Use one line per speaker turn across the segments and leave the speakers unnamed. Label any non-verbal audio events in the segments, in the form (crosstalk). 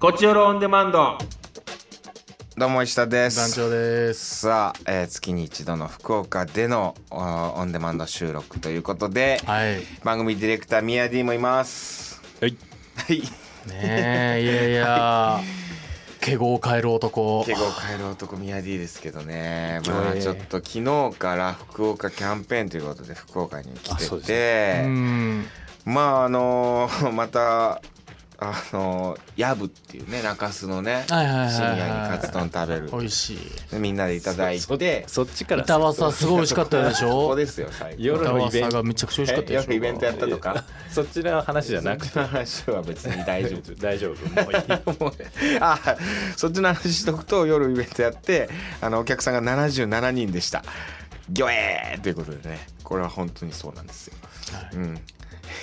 こちよろオンデマンド。
どうも石田で
団
す
長です
さあ、えー月に一度の福岡でのおオンデマンド収録ということで、
はい
番組ディレクターミヤ D もいます
はい。
はい
ねえいやいや敬語を変える男
結構帰る男ミヤ D ですけどねまあちょっと昨日から福岡キャンペーンということで福岡に来
あ
て
そうです
て、
うん
まああのー (laughs) またあのーヤブっていうね中洲のね深
はいはいはいはい
夜にカツ丼食べる
美味しい
みんなでいただいて
そっちから。
板わさすごい美味しかったでし
ここ
ょ
ですよ最
夜
高
板わさがめちゃくちゃ美味しかった
え
で
よ
しょ
くイベントやったとか
そっちの話じゃなくて。
そっちの話は別に大丈夫
大丈夫。もういい。
(laughs)
もう (laughs) あそっちの話しとくと夜イベントやってあのお客さんが77人でしたギョエーということでねこれは本当にそうなんですよ、うん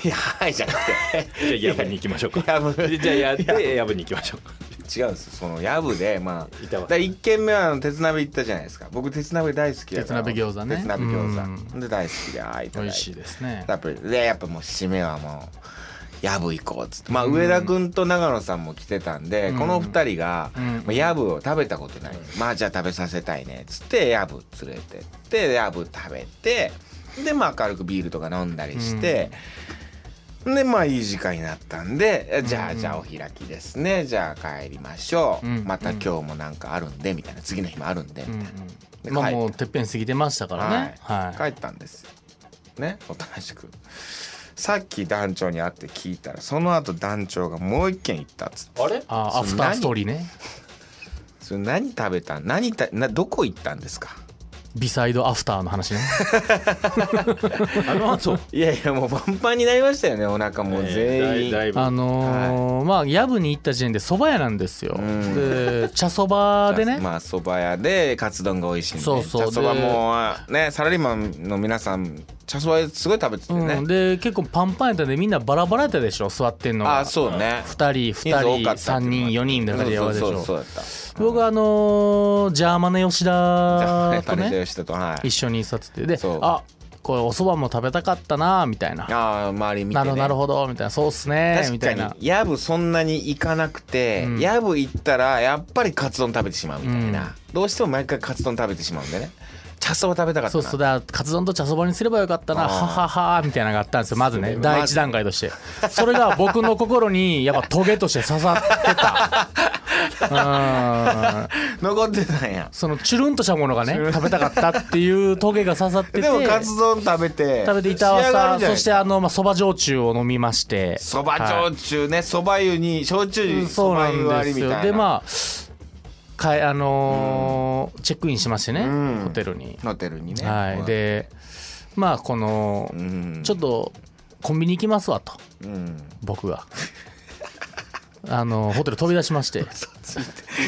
いやはいじゃなくて (laughs)
じゃあヤブに行きましょうか。
ヤブ
じゃあやってヤブに行きましょうか。
違うんですよそのヤブでまあ
板
だ
は
から1軒目はあの鉄鍋行ったじゃないですか僕鉄鍋大好きだから
鉄鍋餃子ね
鉄鍋餃子で大好きであいただ
美
いて
味しいですね
やっぱりでやっぱもう締めはもうやぶ行こうっつってまあ上田君と長野さんも来てたんで、この二人が
うん
まあやぶ、を食べたことない、まあじゃあ食べさせたいねっつってやぶ連れてってやぶ食べてでまあ軽くビールとか飲んだりして、でまあいい時間になったんでえじゃあじゃあお開きですねじゃあ帰りましょう、
うん
また今日もなんかあるんでみたいな次の日もあるんでみたいな。
うんまあ
帰って
もうてっぺん過ぎてましたからねはい
帰ったんですよねおとなしくさっき団長に会って聞いたらその後団長がもう一軒行ったっつって
あれ？
あアフターストーリーね
それ何食べたん何たなどこ行ったんです
(laughs)
か
ビサイドアフターの話ね
あの後。
いやいやもうパンパンになりましたよねお腹もう全員、
だいぶ。
あのーまあヤブに行った時点で蕎麦屋なんですよ
ん
で茶蕎麦でね
まあそば屋でカツ丼が美味しいんで
そうそう
茶そばもねサラリーマンの皆さん茶そばすごい食べててね、
うん、で結構パンパンやったんでみんなバラバラやったでしょ座ってんのが
ああそうね人
2人
数
2
多
人
かった
3
っていうのもあ
人
って
4人みたいな感じでやばいでし
そうそうそう
ょ
だったじ
僕あのージャーマネ吉
ゃ
田
あ
と
金
ね
田吉田とはい
一緒に座っててで
そう
あこれお蕎麦も食べたかったなみたいな
ああ周り見て、
な
ね、
るほどなるほどみたいなそうっすね
確
みた
か
いな
にヤブそんなに行かなくて、
うん
ヤブ行ったらやっぱりカツ丼食べてしまうみたいな、どうしても毎回カツ丼食べてしまうんでね茶そば食べたかった
そう
な
そうだからカツ丼と茶そばにすればよかったな
あー
はははみたいなのがあったんですよまずね
そう
第一段階としてそれが僕の心にやっぱトゲとして刺さって
(laughs)
たうん
残ってたんや
そのチュルンとしたものがね食べたかったっていうトゲが刺さってて
でもカツ丼食べて
食べていた
仕上がる
朝
じゃな
そ
い
してあのまあそば焼酎を飲みまして
そば焼酎ねそば、湯に焼酎
う
に
ん
そ
そう
ば
な
湯
ん
割り
です
みたいな
よでまあかいあのーチェックインしましてね
ん
ホテルに
ホテルにね
はいでまあこの
うん
ちょっとコンビニ行きますわと
うん
僕が (laughs) あのホテル飛び出しまして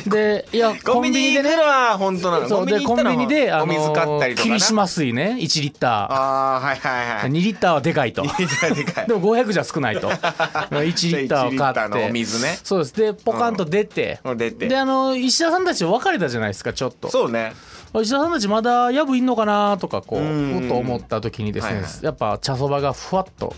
でいや
コンビニでねは本当なの
そうでコンビニで、あ
お
の
水買ったりとかな
霧島水ね1リッタ
ああはいはいは
(laughs) ー2
い
リッターはでかいと
でかい
でも500じゃ
(laughs)
少ないと1リッターを買
1リッター
って
のお水ね
そうですでポカンと出て、
うん出て
であの石田さんたち別れたじゃないですかちょっと
そうね
石田さんたちまだやぶいんのかなとかこう
うん
ふと思った時にですね、
はいはい
やっぱ茶そばがふわっと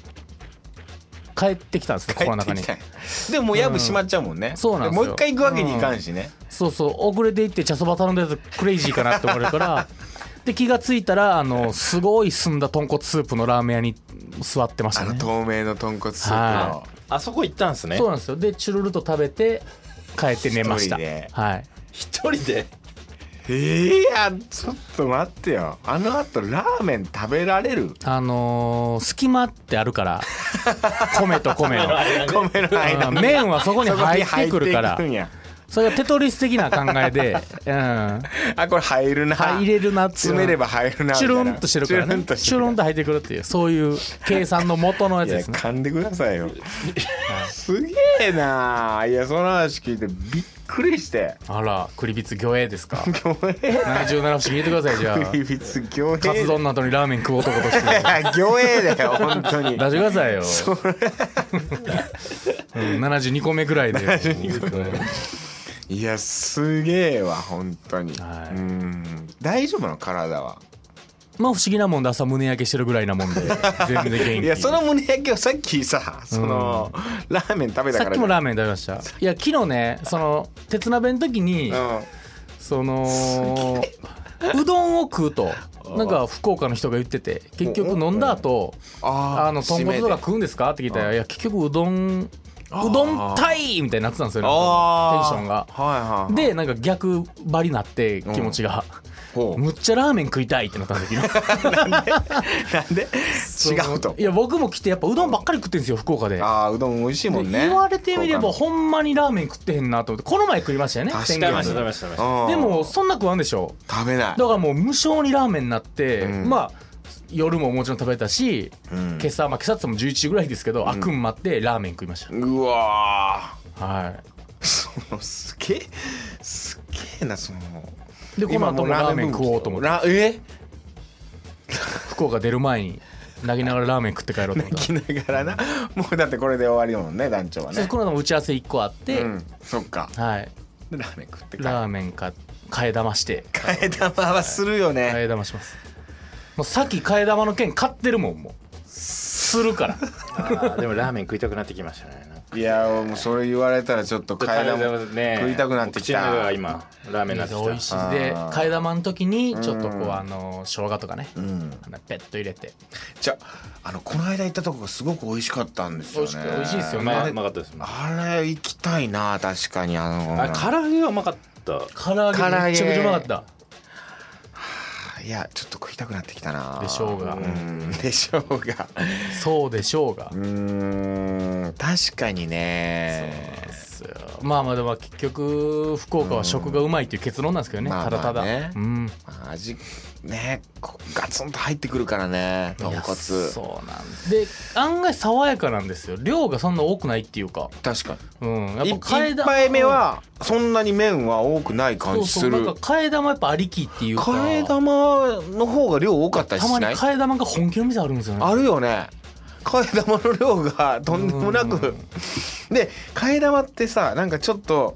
帰ってきたんですね心の中に
帰ってきた (laughs) でももうやぶ閉まっちゃうもんね、
そうなんですよ
もう一回行くわけにいかんしね、
そうそう遅れて行って茶そば頼んだやつクレイジーかなって思われるから
(laughs)
で気がついたらあのすごい澄んだ豚骨スープのラーメン屋に座ってました
あの
ね
透明の豚骨スープの
は
あそこ行ったんですね
そう。なんですよでチュルルと食べて帰って寝ました
一人で
はい
一人で。
ええやちょっと待ってよあのあとラーメン食べられる
あのー隙間ってあるから (laughs) 米と
(laughs)
米の
米の間
う
に
ん麺はそこに
そこ
入
に
ってくるか
入
ら
っていくんや
それがテトリス的な考えで、うん、
あこれ入るな
入れるなっていう
詰めれば入るなみたいな
チュルンとしてるから
チュル
ね
ンとして
チュ
る
ルンと入ってくるっていうそういう計算の元のやつ
いや
ですね
噛んでくださいよすげえないやその話聞いてびっくりして
あら、クリビツ魚影で
(laughs)
すか。77不思議言ってください、じゃあ。
秘密行
カツ丼の後にラーメン食おうとこ
(laughs)
として。出
行営だよ本当
(laughs)
に
してく
(laughs)
ださいよ。うん、72個目ぐらいで。
いやすげえわ本当に、
はい
ー
う
ん大丈夫なの体は
まあ不思議なもんで朝胸焼けしてるぐらいなもんで全然元気
いやその胸焼けをさっきさその、ラーメン食べたか
さっ
ら
きもラーメン食べましたいや昨日ねその鉄鍋の時に、
うん
そのうどんを食うとなんか福岡の人が言ってて結局飲んだ後
あ
あの豚骨とか食うんですかって聞いたらいや結局うどんうどんたいみたいになってたんですよね
あ
テン
ー
ションが。
はいはいはい
でなんか逆張りになって気持ちが、
ほう
むっちゃラーメン食いたいってなったんだけ
(laughs)
ど
なんで違うと
いや僕も来てやっぱうどんばっかり食ってんですよ福岡で
ああうどん美味しいもんね
で言われてみれば
そう
ほんまにラーメン食ってへんなと思ってこの前食いましたよね
確かに
先
食
月
べました食べました食べ
か
まし
もうん
でもそんな食わんでしょ
食べない
だからもう無償にラーメンになって、
うん
まあ夜ももちろん食べたし、
うん
今朝まあ今朝っつっても11時ぐらいですけど、あくん待ってラーメン食いまし
うわ
たは
ーそのすげえすげえなその
いでこの後もラーメン食おうと思って
ラえ (laughs)
福岡出る前に投げながらラーメン食って帰ろうと思っ
泣き
た
ながらなもうだってこれで終わりだもんね団長は
そう
ね
この間も打ち合わせ1個あって、
うんそっか
はい
でラーメン食って帰る
ラーメンか替え玉して
替え玉はするよ
替
ね
え玉しますもうさっき替え玉の件買ってるもんもうする (laughs) から
たあーでもラーメン食いたくなってきましたねなんか
いやもうそれ言われたらちょっと替え玉
ね
食いたくなってきた
口の中が今ラーメンになってき
美味しい
た
で
あー
替え玉の時にちょっとこう、
うん
あの生姜とかね、
うん
あのペット入れて
じゃああのこの間行ったとこがすごく美味しかったんですよね
美味しく美味しいですよね
まあ
あ
う
れ
まかったですもん
あれ行きたいな確かにあの
あ唐揚げはうまかった
唐揚げ
唐揚げ
めっちゃくちゃうまかった
いやちょっと食いたくなってきたな
でしょうが
んでしょうが
そうでしょうが
うーん確かにね
まあまあでも結局福岡は食がうまいっていう結論なんですけどね、
まあ
ただた
ま
だ、
あね
うん
まあ味ねこうガツンと入ってくるからね豚
い
骨
やそうなんですで案外爽やかなんですよ量がそんな多くないっていうか
確か
うんや
に
っ
一
ぱ替え
一
玉
杯目はそんなに麺は多くない
そ
感
う
じす
そう
る
なんか替え玉やっぱありきっていうか
替え玉の方が量多かったり
た
し
まに
ない
替え玉が本気の店あるんですよね
あるよね替え玉の量がとんでもな
う
くで替え玉ってさなんかちょっと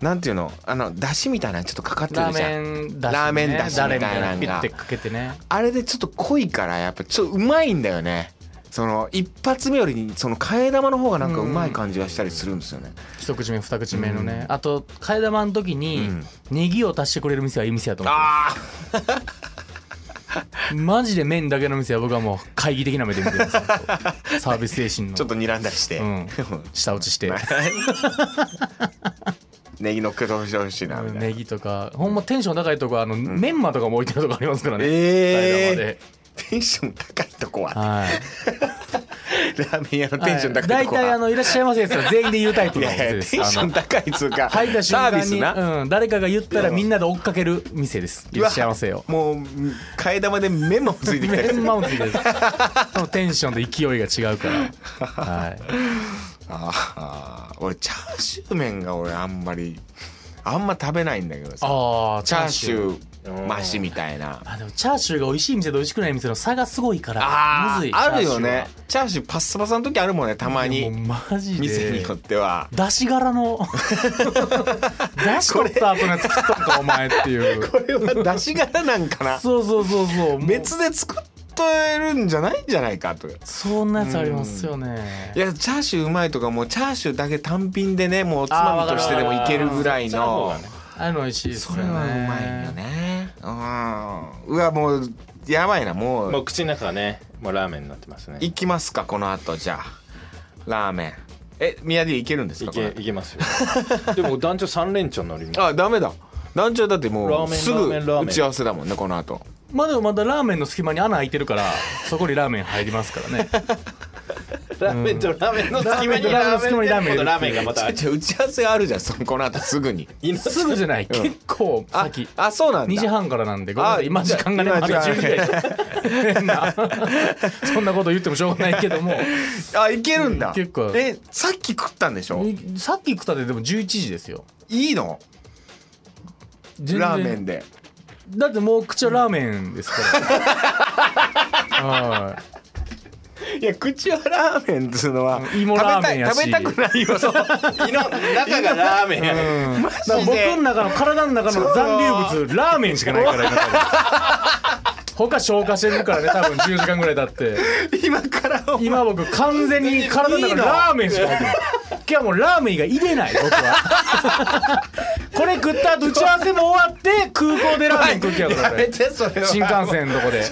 なんていうのあのだしみたいなのちょっとかかって
ラ
る
ー
じゃん
メンだし、ね、
ラーメンだしみたいなのが
だれみたいなのピュッてかけてね
あれでちょっと濃いからやっぱちょっとうまいんだよねその一発目よりにその替え玉の方がなんかうまい感じがしたりするんですよね
一口目二口目のね、あと替え玉の時に
うん
ネギを足してくれる店はいい店やと思って
あ
ますマジで麺だけの店は僕はもう懐疑的な目で見てます
(laughs)
よサービス精神の
ちょっと睨んだりして、
うん舌打
(laughs)
ちして
ネギのっけてほしいなみたいな、
ネギとかほんまテンション高いとこあの、メンマとかも置いてるとこありますからね替
え
え玉
ー
で、
テンション高いとこは
はい
ラーメン屋のテンション高い
大
とこは、
体あのいらっしゃいませですよ全員で言うタイプ
い
の
やいやテ
店
ン
です
ション高いっつうか
入った瞬
サー
間
ビス
に、
な、
うん、誰かが言ったらみんなで追っかける店ですいらっしゃいませよ
もう替え玉でメモもついてきたりす
(laughs) メン
る
マもついてるそのテンションと勢いが違うから、
(laughs)
はい、
ああ俺チャーシュー麺が俺あんまりあんま食べないんだけどさ
ああ
チャーシュ
う
ー
ん
マシみたいな
あでもチャーシューが美味しい店と美味しくない店の差がすごいから
あ
むずい
ーあるよねチャーシューパッサパサの時あるもんねたま
チャーシューは
に
もうマジで
店によっては
出し柄
(laughs)
の出し取った後のやつ食ったんかお前っていう
これは出し柄なんかな
そうそうそうそうもう
別で作ってるんじゃないんじゃないかとい
そんなやつありますよね
やチャーシューうまいとかもうチャーシューだけ単品でねもうおつまみとしてでもいけるぐらいの
ああいうの美味しいです
そ
よ
れ
ね
はうまいよねうんうわもうやばいなもう
もう口の中がねもうラーメンになってますね
行きますかこの後じゃあラーメンえ宮城行けるんです
い
か
け
こ
いけますよでも団長三連チャン乗りま
れあダメだ団長だって
ラ
も
ー
う
メン
す
ラー
ぐ
メンラー
打
メン
ち合わせだもんねこの後
まあでもまだラーメンの隙間に穴開いて
(laughs)
るからそこにラーメン入りますからね
ラーメンとラーメンの隙間に
ラーメンの隙間にラーメン
とラーメンがまた
あじゃあ打ち合わせあるじゃんそのこの後すぐに
すぐじゃない結構
あ
先
あそうなんだ
2時半からなんでごめんなさい
あ
今時間がね
今
まだ
時間
10時ぐらい
(laughs)
変なそんなこと言ってもしょうがないけども
あ行けるん
う
だ
ん結構
えさっき食ったんでしょ
さっき食ったででも11時ですよ
いいの
全然
ラーメンで
だってもう口はラーメンですから、はい
や口はラーメンっつうのは
うん芋ラーメンやし
食べたい食べたくないよそう
胃の中がラーメンやね
い、
マ
だから
ジ
僕
で (laughs)
の中の体の中の残留物ラーメンしかないから今多分他消化してるからね多分10時間ぐらい経って
今から
今僕完全に体の中にラーメンしか入ってない今日はもうラーメン以外入れない僕は
(laughs)
これ食った後打ち合わせも終わって空港でラーメン食う気やから
やめ
俺
てそれは
新幹線のとこで
で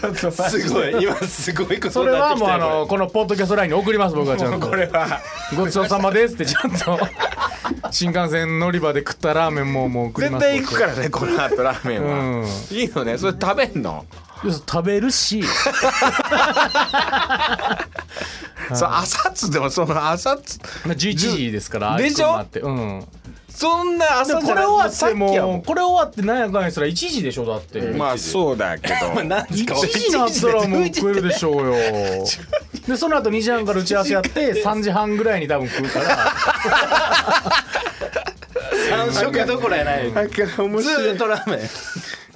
すごい今すごいこと
そ
に
れ
なっ
は
てき
もう
た
あ
よ
のこのポッドキャストラインに送ります僕はちゃんと
これは
ごちそうさまですってちゃんと新幹線乗り場で食ったラーメンももう送り
絶
ます
対行くからねこの後ラーメン
う
は、
ん
いいよねそれ食べんの、
要するに食べるし
そう朝っつでもその朝っつ
まあ11時ですから
でしょ
あいつになって
そんな
うんで
朝
も
じ
こ
ゃな
れ
い
終わって
さっきや
も
も
うこれ終わってなんやかんやしたら1時でしょだって
んまあそうだけ
(laughs)
ど
なんですか
1時になったらもう食えるでしょうよでその後2時半から打ち合わせやって3時半ぐらいに多分食うから
三食どころやない
だから面
ず
白
ー
い
っとラーメン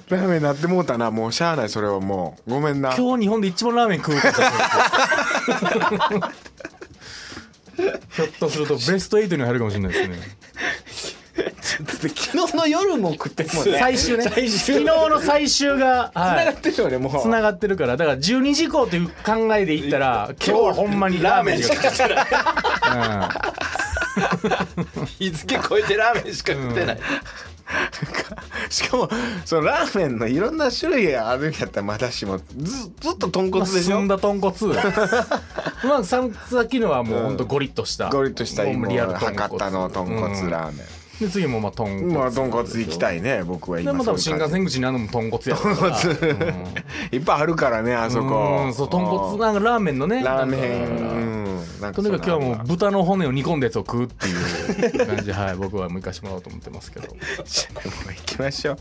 ラーメンになってもうたなもうしゃあないそれはもうごめんな
今日日本で一番ラーメン食うことだと思うひょっとするとベスト8に入るかもしれないですね
昨日の夜も食っても
最終ね昨日の最終が、はい、
ってるよねも
つながってるからだから12時以降という考えでいったら今日はほんまにラーメンしか食ってない、
日付超えてラーメンしか食ってない、
しかもそのラーメンのいろんな種類があるんやったらまだしもずずっと豚
うん、
骨でし
澄
ょ
んだ豚骨まあさっきのはもうほんとゴリッとした、
ゴリッとした
も
今
うリアル豚骨
博多の豚骨ラーメ
で次もまあ豚
ン、
骨
まあ豚骨行きたいね僕は
で
今
も多分新
そう
幹
い
線口にあるのも豚骨やから
う感じいっぱいあるからねあそこ
うんそう豚骨なんかラーメンのね
ラーメ
なんか
ンうんなん
とにかく
そ
今
んな
日
(laughs)
はもう豚の骨を煮込んだやつを食うっていう感じではい僕はもう行かしてもらおうと思ってますけど
もう行きましょう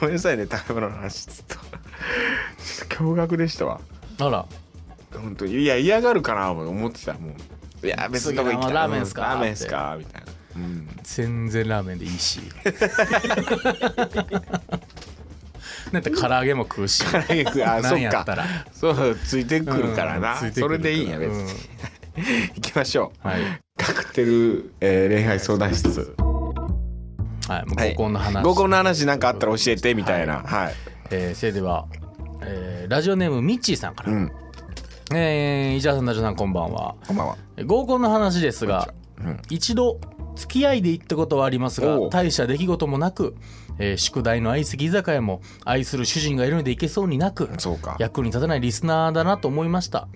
ごめんなさいね食べ物の話ずっとちょっと驚愕でしたわ
あら
本当にいや嫌がるかなと思ってたもういや別のとこ行きたい
次はラーメンっすか
ラーメンっすかみたいなうん
全然ラーメンでい
(laughs)
いしなんて唐揚げも食うし
(laughs) あ
な
そ
ん
っ
やった
からそうついてくるから
うん
な、
つてくる
それでいいんや別
う
に、
ん
行きましょう
はい、
カクテル、えー恋愛相談室
はい、もう
はい
合コンの話、
合コンの話なんかあったら教えてみたいなはい、
えー、せいでは、えーラジオネームみっちーさんから、
うん
えー、伊沢さんダジョさんこんばんは
こんばんは
合コンの話ですが、
うん
一度付き合いで行ったことはありますが
おう
大した出来事もなく、えー宿題の相席居酒屋も愛する主人がいるので行けそうになく
そうか
役に立たないリスナーだなと思いました、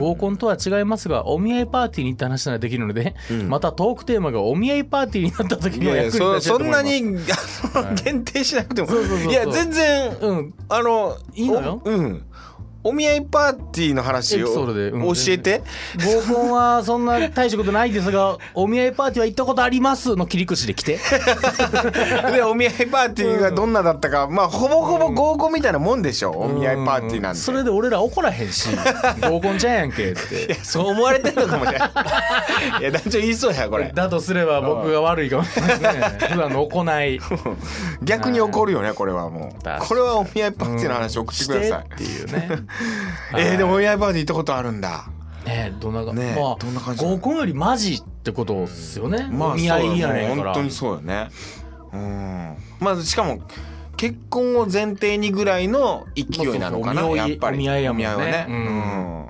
合コンとは違いますがお見合いパーティーに行った話ならできるので、またトークテーマがお見合いパーティーになった時
い
には
やいや
役に立てると思い
そそんな
ます
にあの (laughs) 限定しなくても、
そうそうそうそう
いや全然
うん
あの
いいのよ
おうんお見合いパーティーの話
エピソー
を
ドでうん
教えて、
合コンはそんな大したことないですが
(laughs)
お見合いパーティーは行ったことありますの切り口で来て
でお見合いパーティーがどんなだったか、まあほぼほぼ合コンみたいなもんでしょ、お見合いパーティーなんて
それで俺ら怒らへんし合コンじゃんやんけって
そう思われてるのかもしれない
(laughs)
いや団長言いそうやこれ
だとすれば僕が悪いかもしれないですね (laughs) 普段の行い
逆に怒るよねこれはも
確か
う
に
これはお見合いパーティーの話送って
し
くだ
て
さい
っていうね
えー、でもお見合いパーティー行ったことあるんだ
(laughs) ねえどんなか、
ねえ
まあ
どんな感じなの
合コンよりマジってことですよね、
まあ
お見合いや
そう
ね
よ
ん
も
か
う
ら
本当にそうよねうんまあしかも結婚を前提にぐらいの勢いなのかな
そうそうそうお見合
や
い
っぱり
お見合いやもんね
お見合いは
う
うん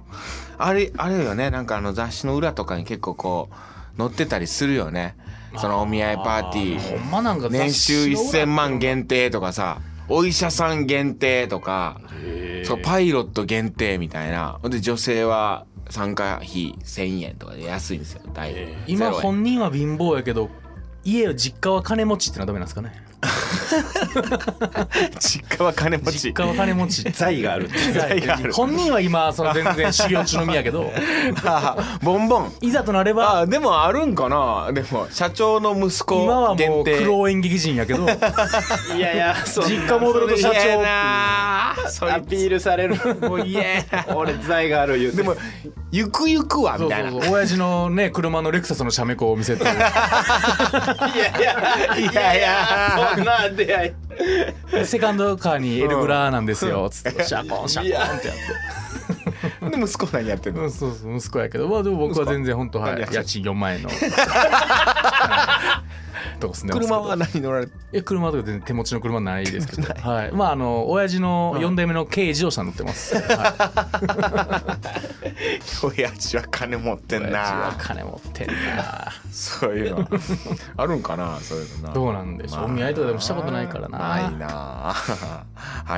あれあれよねなんかあの雑誌の裏とかに結構こう載ってたりするよねそのお見合いパーティ
あ
ー
ほんまなんか
年収
雑誌の裏
1000万限定とかさお医者さん限定とかそうパイロット限定みたいなほんで女性は参加費1,000円とかで安いんですよ大体
今
0円
本人は貧乏やけど家や実家は金持ちってのはダメなんですかね
実家は金持ち
実家は金持ち
財があるっていう
財
がある
本人は今その全然修行中の身やけど
あ (laughs) ボンボン
いざとなれば
あでもあるんかなでも社長の息子
今はも
限
う
定
苦労演劇人やけど
いやいやそ
実家戻ると社長ってい
嫌
う
やなあそ
ア
れ
ピールされる
もう嫌やな
俺財がある言うて
でもゆくゆくは
そ
み
う
たいな
そうそう親父のね車のレクサスのシャメコを見せて
いやいや
いやいや
そんな出会い
(laughs) セカンドカーにエルブラなんですよつってシャコンシャコンってやって
で息子何やってん
う
の
んそうそう (laughs) 息子やけどまあでも僕は全然本当は
何
い
や
家賃4万円のとこ住んで
車
ますけど
は何乗られて
いや車とか全然手持ちの車ないですけど、はい、まああの親父の4代目の軽自動車乗ってます、はい、
(laughs) 親父は金持って
親
ん
父は
な
金持ってんな
そういう (laughs) のあるんかなそういうのな
どうなんでしょうお見合いとかでもしたことないからな
ない (laughs) なあ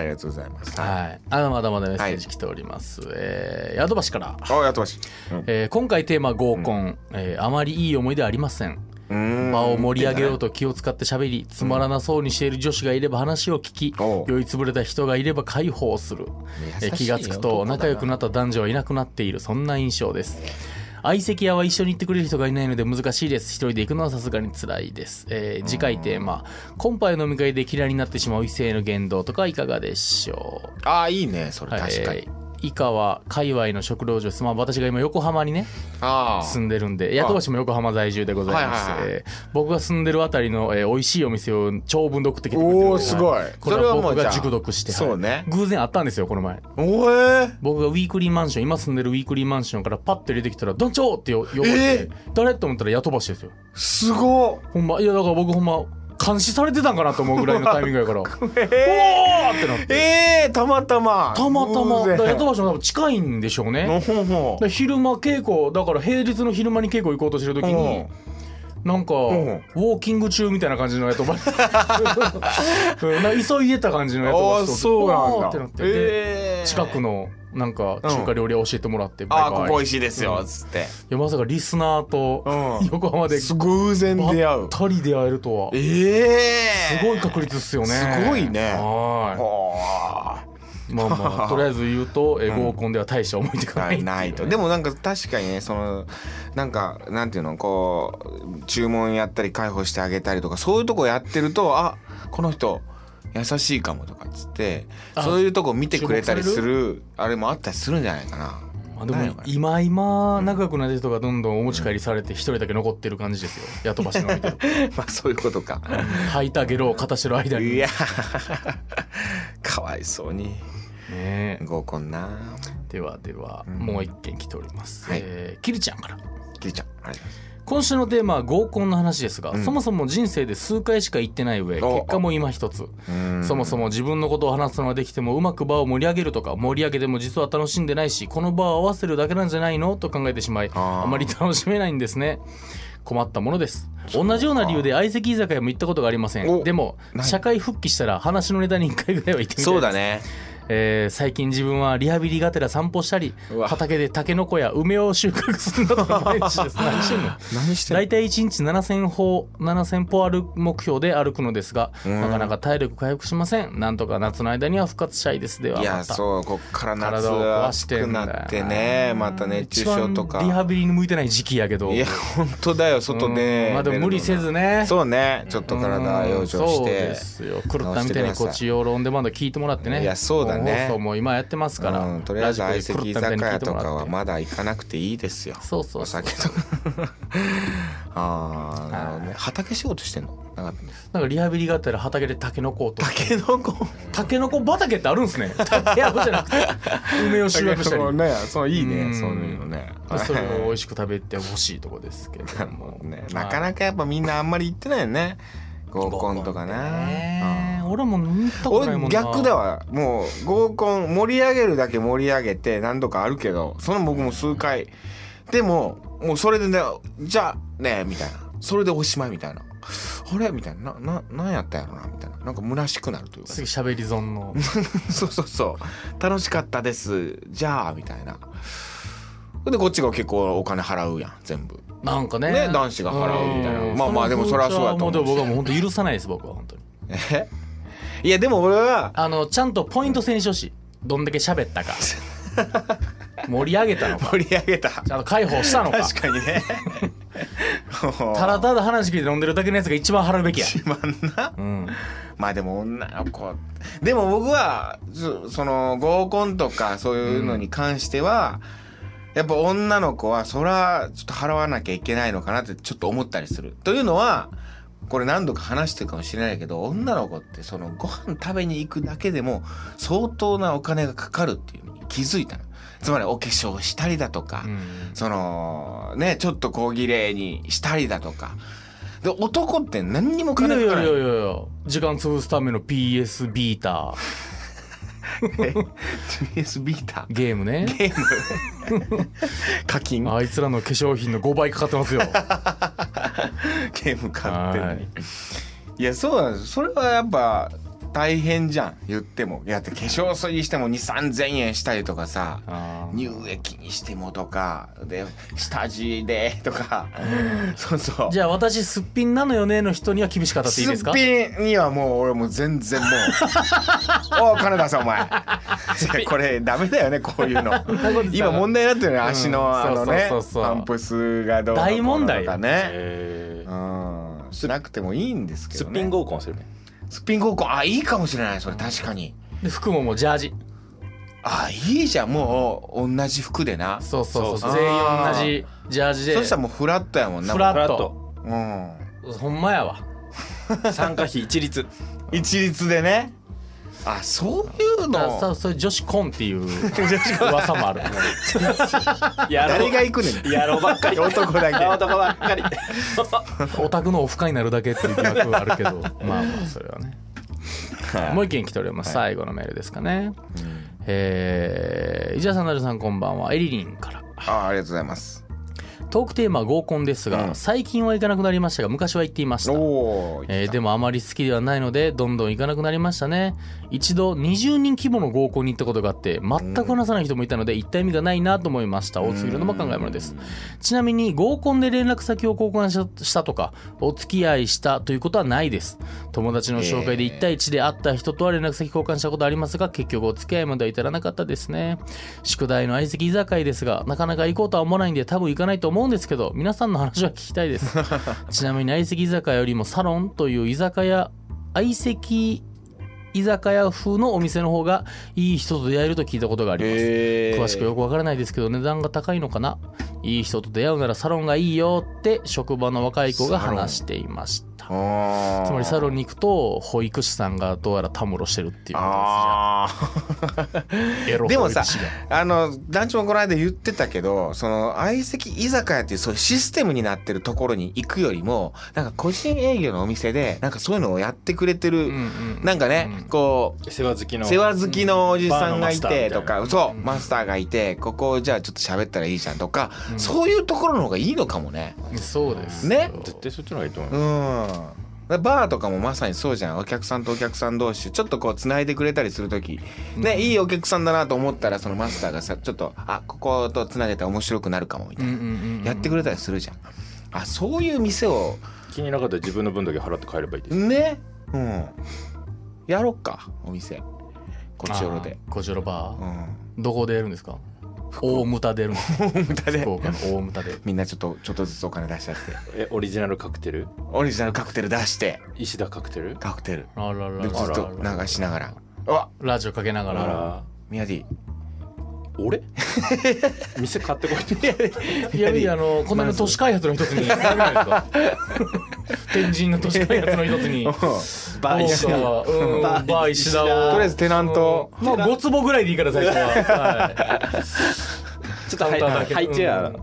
りがとうございますい
はい、あまだまだメッセージ来ております、えー、宿橋から、
あやっとましうん
えー今回テーマ合コン、えーあまりいい思い出ありません
うーん
場を盛り上げようと気を使って喋りつまらなそうにしている女子がいれば話を聞き
おう
酔いつぶれた人がいれば解放するえー気がつくと仲良くなった男女はいなくなっているそんな印象です相席屋は一緒に行ってくれる人がいないので難しいです一人で行くのはさすがに辛いです、えー次回テーマ今杯飲み会で嫌いになってしまう異性の言動とかいかがでしょう
あいいねそれ
はい
確かに
えー以下は界隈の食老女ですまあ私が今横浜にね
あ
住んでるんで雇わしも横浜在住でございまして、
はいはいはい
えー僕が住んでるあたりの、えー美味しいお店を長文で送ってきてくれてる
おおすごい
これは僕
じゃ
が
あ
熟読してはい
そうね
偶然あったんですよこの前
おえ
僕がウィークリーマンション今住んでるウィークリーマンションからパッと入れてきたら「団長!」ってよ呼ばれて、
え
誰と思ったら雇わしですよ
すごっ
ほんまいやだから僕ほんま監視されてたんかなと思うぐらいのタイミングや
(laughs)
からおーってなって
えー、たまたま
たまたま
偶
だから
然
雇わしも多分近いんでしょうね
ほんほん
で昼間稽古だから平日の昼間に稽古行こうとしてる時になんかウ
ん
ォーキング中みたいな感じの
(laughs)
やつをうんなんか急いでた感じのやつを
ああそう
おー
なん
って
だ
なってで
えー
近くのなんか中華料理屋教えてもらってバ
あ
イ
ー
バイ
ここ美味しいですよつって
いやまさかリスナーと
うん
横浜で
ご偶然
ばったり出会えるとはす
ええ
ごい確率っすよね
すごいね
は
は
ーいまあまあとりあえず言うと、えー合コンでは大した思い出がないって
あ
うね
ないとでもなんか確かにねそのなんかなんていうのこう注文やったり介抱してあげたりとかそういうとこやってるとあこの人優しいかもとかっつって
あ
そういうとこ見てくれたり
注目
す
さ
るあれもあったりするんじゃないかな。
まあ、で
ない
も
のかな
今今仲良くなる人がどんどんお持ち帰りされて一人だけ残ってる感じですよヤトバシ
(laughs)
の見てる
まあそういうことか。
吐いたゲロを片してる間に
い
ね
や (laughs) かわいそうに
え
合コンな。
ではではもう一件来ております、
はい
えーキルちゃんから
キリちゃんありがとうございます
今週のテーマは合コンの話ですが、
ん
そもそも人生で数回しか行ってない上
お
結果も今一つ
うん
そもそも自分のことを話すのができてもうまく場を盛り上げるとか盛り上げても実は楽しんでないしこの場を合わせるだけなんじゃないのと考えてしまい
あー
あまり楽しめないんですね困ったものです同じような理由で相席居酒屋も行ったことがありません
お
でも
ない
社会復帰したら話のネタに1回ぐらいは行ってみたいで
(laughs)
す
そうだね。
えー最近自分はリハビリがてら散歩したり
うわ
畑でタケノコや梅を収穫するなどの毎
(laughs)
日です何してんの
何して
大体1日7000歩7000歩歩く目標で歩くのですが
うん
なかなか体力回復しませんなんとか夏の間には復活したいですではい
や
また
そうこっから夏
体を壊し
暑
て
く
んだよ
なってねまた熱中症と
一番リハ
か
ビリに向いてない時期やけど
いや本当だよ外
う
で
んまあでも無理せずね
そうねちょっと体養生
うん
し
そう
て
ですよ狂ったみたいにこっち用ローンデマンド聞いてもらってね
いやそうだね
放送も今やってますから、
うんとりあえず相席居酒屋とかは
ま
まだ行かなくていいですよ
そうそう
お
そう
酒とか (laughs) ああなるほどね畑仕事してんのなかったね
なんかリハビリがあったら畑でタケノコをと
タケノコ
タケノコ畑ってあるんですね竹やぶじゃな
(laughs)
くて梅を収穫したり
ねそういい
うん
ねそういうのね
それを美味しく食べてほしいとこですけども、
ねなかなかやっぱみんなあんまり行ってないよね合コンとかね
ね俺も飲みたことないも
俺
んな
逆だわもう合コン盛り上げるだけ盛り上げて何度かあるけどその僕も数回でももうそれでねじゃあねみたいなそれでおしまいみたいなあれみたいななななんやったやろなみたいななんか虚しくなるというか
すぐ喋り損の
(laughs) そうそうそう楽しかったですじゃあみたいなでこっちが結構お金払うやん全部
なんかね
ね男子が払うみたいな
うん
まあまあでもそれはそうだと思うし
の風潮はもでも僕はもう本当許さないです僕は本当に
えいやでも俺は
あのちゃんとポイント選手しどんだけ喋ったか
(laughs)
盛り上げたのか
盛り上げた
ちゃんと解放したのか
確かに (laughs) ね
ただただ話聞いて飲んでるだけのやつが一番払うべきや、
自慢な
うん、
まあでも女の子でも僕はそその合コンとかそういうのに関しては、やっぱ女の子はそらちょっと払わなきゃいけないのかなってちょっと思ったりする。というのはこれ何度か話してるかもしれないけど女の子ってそのご飯食べに行くだけでも相当なお金がかかるっていうのに気づいたの。つまりお化粧したりだとか、
うん
そのねちょっと小綺麗にしたりだとかで男って何にも
いや
金
い
かか
や
ら
い
ない
やいや時間潰すための PS ビータ
PS ビータ
ーゲームね
ー課金
あいつらの化粧品の5倍かかってますよ
ゲーム買ってんのに
はい
いやそうなんですそれはやっぱ大変じゃん言ってもいやって化粧水にしても2 3千円したりとかさ
あー
乳液にしてもとかで下地でとかそうそう
(laughs) じゃあ私すっぴんなのよねの人には厳しかったっていいですか
すっぴんにはもう俺もう全然も
(laughs)
うおう金出せお前これダメだよねこういう
(laughs)
の今問題になってるね足のあのね
そうそうそうそう
パンプスがどうのこう
大問
の
題
と
よ
かね
えー
うんしなくてもいいんですけ
す
ど
っ
ね
ぴん合コンするね
すっぴん合コンあいいかもしれないそれ確かに
で服ももうジャージ
あいいじゃんもう同じ服でな
そうそうそ
そう
う
全員同じジャージで
そしたらもうフラットやもんな
フラ
フ
ッ
ラ
ト
ット
うん
ほんまやわ
参加費一律
一律でねあそういう
だから
の
さそういう女子コンって (laughs) いう噂もある
やろ
誰が行くねん
やろうばっ (laughs) かり
男
(laughs)
だけ
やろうとこばっかり
オタクのオフ会になるだけっていう疑惑はある (laughs) けどまあまあそれはね
はい
もう一件来ております、最後のメールですかね
うん
えー、伊沢さんなるさんこんばんはエリリンから
あありがとうございます
トークテーマは合コンですが、
うん
最近は行かなくなりましたが昔は行っていました
おお
えーでもあまり好きではないのでどんどん行かなくなりましたね一度20人規模の合コンに行ったことがあって全く話さない人もいたので行った意味がないなと思いました大すぎるのも考えものですちなみに合コンで連絡先を交換したしたとかお付き合いしたということはないです友達の紹介で
えー
1対1で会った人とは連絡先交換したことありますが結局お付き合いまでは至らなかったですね宿題の相席居酒屋ですがなかなか行こうとは思わないんで多分行かないと思うんですけど皆さんの話は聞きたいです (laughs) ちなみに相席居酒屋よりもサロンという居酒屋相席居酒屋風のお店の方がいい人と出会えると聞いたことがあります、
え
詳しくよくわからないですけど値段が高いのかないい人と出会うならサロンがいいよって職場の若い子が話していました
あー
つまりサロンに行くと保育士さんがどうやらたむろしてるっていうこ
あ
とですじゃあエロ
ーでも
保
さ
育士が
あの団長もこの間言ってたけどその相席居酒屋っていうそういうシステムになってるところに行くよりもなんか個人営業のお店でなんかそういうのをやってくれてる、
うんうん
なんかね、
うん
こう
世話好きの
世話好きのおじさんがい
バー
て
のマスターみたいな
とかそうマスターがいてここじゃあちょっと喋ったらいいじゃんとか、そういうところの方がいいのかもね。
そうです
ね
絶対そっちの方がいいと思
う。
うん
バーとかもまさにそうじゃんお客さんとお客さん同士ちょっとこうつないでくれたりする時ね、いいお客さんだなと思ったらそのマスターがさちょっとあこことつなげたら面白くなるかもみた
う
い
んう
な、
んうんうん
やってくれたりするじゃんあそういう店を
気になかったら自分の分だけ払って帰ればいいです
ねうんやろっかお店こっちよろで
あーこちよろバ
う
ー
ん
どこでやるんですか大牟田で
(laughs)
やるんですか福岡の大牟田で
みんなちょっとちょっとずつお金出しちゃって
えオリジナルカクテル
オリジナルカクテル出して
石田カクテル
カクテル
あららら
でずっと流しながらあわ
ラジオかけなが
あ
ら
ら
ミヤデ (laughs) ィ (laughs)
俺店買ってこいって
いやいやあのこの辺の都市開発の一つに天神の都市開発の一つ
(laughs)
に
バイ
石田はうん
バー石田
バー石田を
とりあえずテナント
うんまあ5坪ぐらいでいいから
(laughs)
最初ははい
ちょっ
カウンターだけ
ハイチェア
うん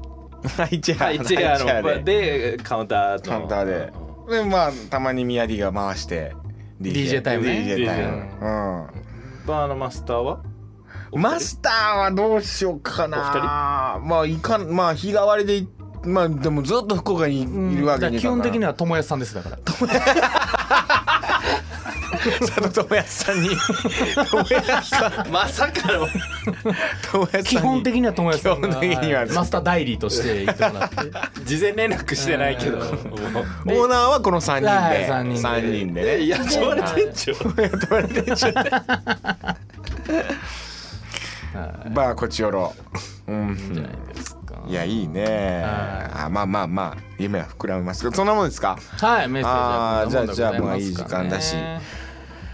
ハイチェア
ハイ
ハ
チェア
イチェア
のでカウンターの
カウンターで。で、まあ、たまにミヤディが回して、
DJ タイムね
DJ タイム。
バーのマスター
う
は
ん。マスターはどうしようかな。
お
まあ、いかん、まあ、日替わりでい、まあ、でもずっと福岡にいるわけ
だか
にい
ら基
かん
本
から (laughs)
的には友也さんですだから
佐藤智康さんに、智康さん、
まさかの
智康さんに。
基本的には友也さんが
基本的には
はいマスター代理として行ってもらって
事前連絡してないけど
オーナーはこの三人
はい
で、
三人で
三人で
え
ね。
いやちょれ店長
(laughs)
まあ、こっちよろ。うん。
じゃないですか
いや、いいね。あ、まあ、まあ、まあ、夢は膨らみますけど、そんなもんですか。
はいメッセージはこんなもんでござ
あーじゃあじゃあまあ
いますかね
いい時間だし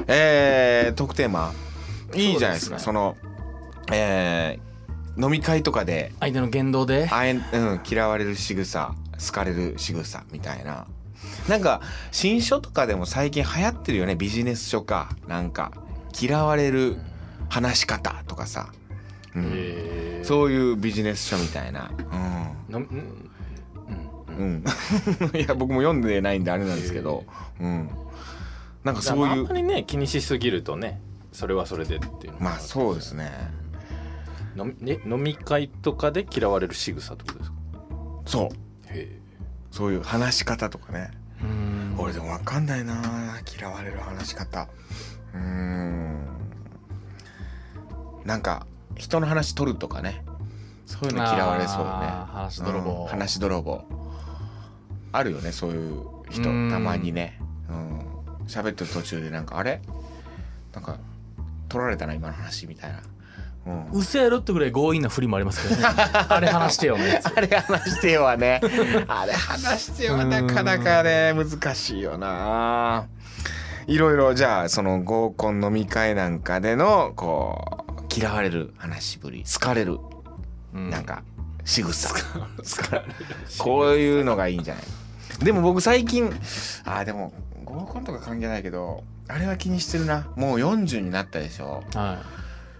えー、トークテーマいいじゃないですかそ
そ
のえー、飲み会とかで
相手の言動で
あえん、うん、嫌われる仕草好かれる仕草みたいななんか新書とかでも最近流行ってるよねビジネス書かなんか嫌われる話し方とかさ、うん、
え
そういうビジネス書みたいな、うん
ーなうんうん
うん、 (laughs) いや僕も読んでないんであれなんですけど、うん、なんか
そ
そう
うい
いう
あん
う
まりね気にしすぎるとねそれはそれでっていうのも
まあそうですね
飲みね飲み会とかで嫌われる仕草ってことですか
そう
へ
そういう話し方とかね
うん
俺でも分かんないな嫌われる話し方うーんなんか人の話取るとかねそういうの嫌われそうね
あー話泥棒、
うん話泥棒あるよねそういう人
うん
たまにねうん喋ってる途中でなんかあれなんか取られたな今の話みたいな、うん、
嘘やろってぐらい強引な振りもありますけどねあれ話してよね
あれ話してよはねあれ話してよはなかなかね難しいよないろいろじゃあその合コン飲み会なんかでのこう嫌われる話しぶり好かれるなんか仕草好かれるこういうのがいいんじゃないでも僕最近あーでも合コンとか関係ないけどあれは気にしてるなもう40になったでしょ
は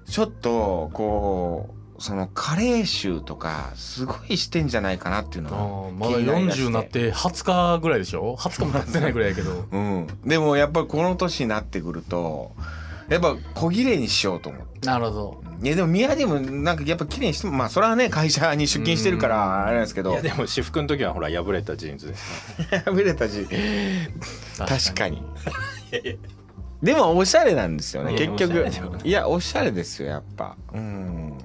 ちょっとこうその加齢臭とかすごいしてんじゃないかなっていう
い、
の
あ
は
まだ40になって20日ぐらいでしょ20日も経ってないぐらいやけど
うんでもやっぱりこの年になってくるとやっぱ小綺麗にしようと思って
なるほど
いやでも宮でもなんかやっぱ綺麗にしてもまあそれはね会社に出勤してるか
うん
らあれなんですけ
えい
ど
やでも私服の時はほら破れたジーン
(laughs)
ズです
破れたし確か
に
にでもおしゃれなんですよね
うん
結
お
局
しゃれだよ
いやおしゃれですよやっぱうん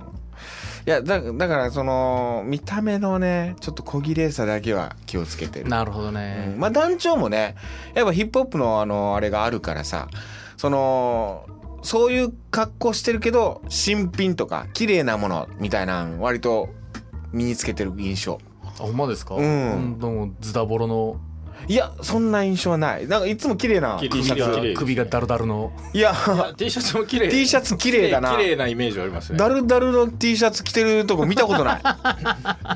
いやだだからその見た目のねちょっと小綺麗さだけは気をつけてる
なるほど
う
ね
ん、まあ団長もねやっぱヒップホップのあのあれがあるからさそのそういう格好してるけど新品とか綺麗なものみたいなん割と身につけてる印象
あほんまですか
うん
ほともうズダボロの
いやそんな印象はないなんかいつも綺麗な
綺麗
T シ
綺麗
ャ
綺
ツ
麗ですね
首がダルダルの
いや
あ T シャツも綺麗
T シャツ綺麗だな
綺麗なイメージはありますね
ダルダルの T シャツ着てるとこ見たこと
(laughs)
ない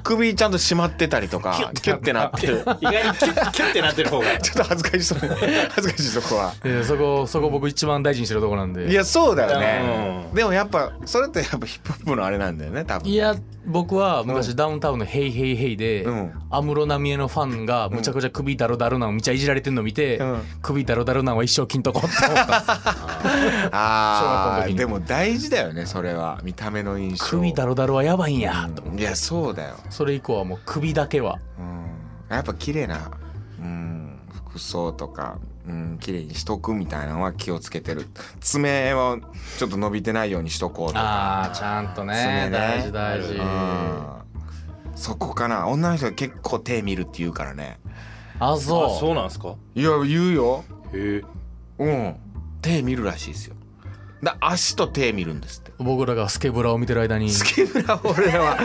首ちゃんと締まってたりとかキュッてなってる
意外にキュッキュッてなってる方が
ちょっと恥ずかしそう恥ずかしいそこは。
いやそこそこ僕一番大事にしてるとこなんで
いやそうだよね、
うん
でもやっぱそれってやっぱヒップホップのあれなんだよね多分
いや僕は昔ダウンタウンの「ヘイヘイヘイで
うん
安室奈美恵のファンがむちゃくちゃ首だるだるなんをめちゃいじられてんの見て、
うん
首だるだるなんは一生金とこって
(laughs)
思ったんです小学校の
あ
時
ー
に
でも大事だよねそれは見た目の印象
首だるだるはやばいんや、と
うんいやそうだよ、
それ以降はもう首だけは
うん、やっぱ綺麗なうん服装とか、うん、綺麗にしとくみたいなのは気をつけてる爪はちょっと伸びてないようにしとこうとか
あーちゃんとね
爪ね
大事大事
ー
あ
うんそこかな女の人は結構手見るって言うからね
そう
あそうなんですか
いや言うよ
へえ
うん手見るらしいですよだ足と手見るんですって
僕らがスケブラを見てる間に
スケブラ俺らは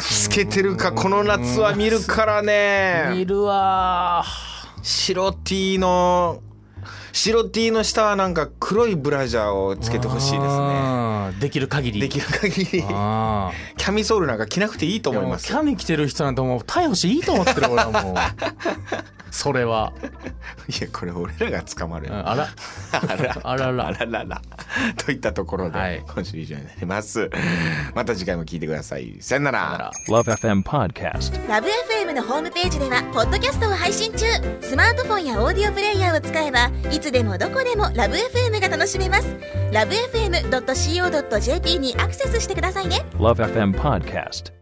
透けてるかこの夏は見るから
見
ね
るわー
白 T の白 T の下はなんか黒いブラジャーをつけてほしいですね
うんできる限り
できる限りキ
あー
ャミソールなんか着なくていいと思います
いやもうキャミ着てる人なんてもう逮捕していいと思ってる俺はもうそれは、
いやこれ俺らが捕まる
うん
よ
あら
あら
あらら
あららら (laughs) といったところ
は
で
い
今週以上になりますまた次回も聞いてくださいさよなら
Love FM Podcast.
ラブ f m のホームページではポッドキャストを配信中スマートフォンやオーディオプレイヤーを使えばいつでもどこでもラブ f m が楽しめますラブ FM.co.jp にアクセスしてくださいね
Love FM Podcast.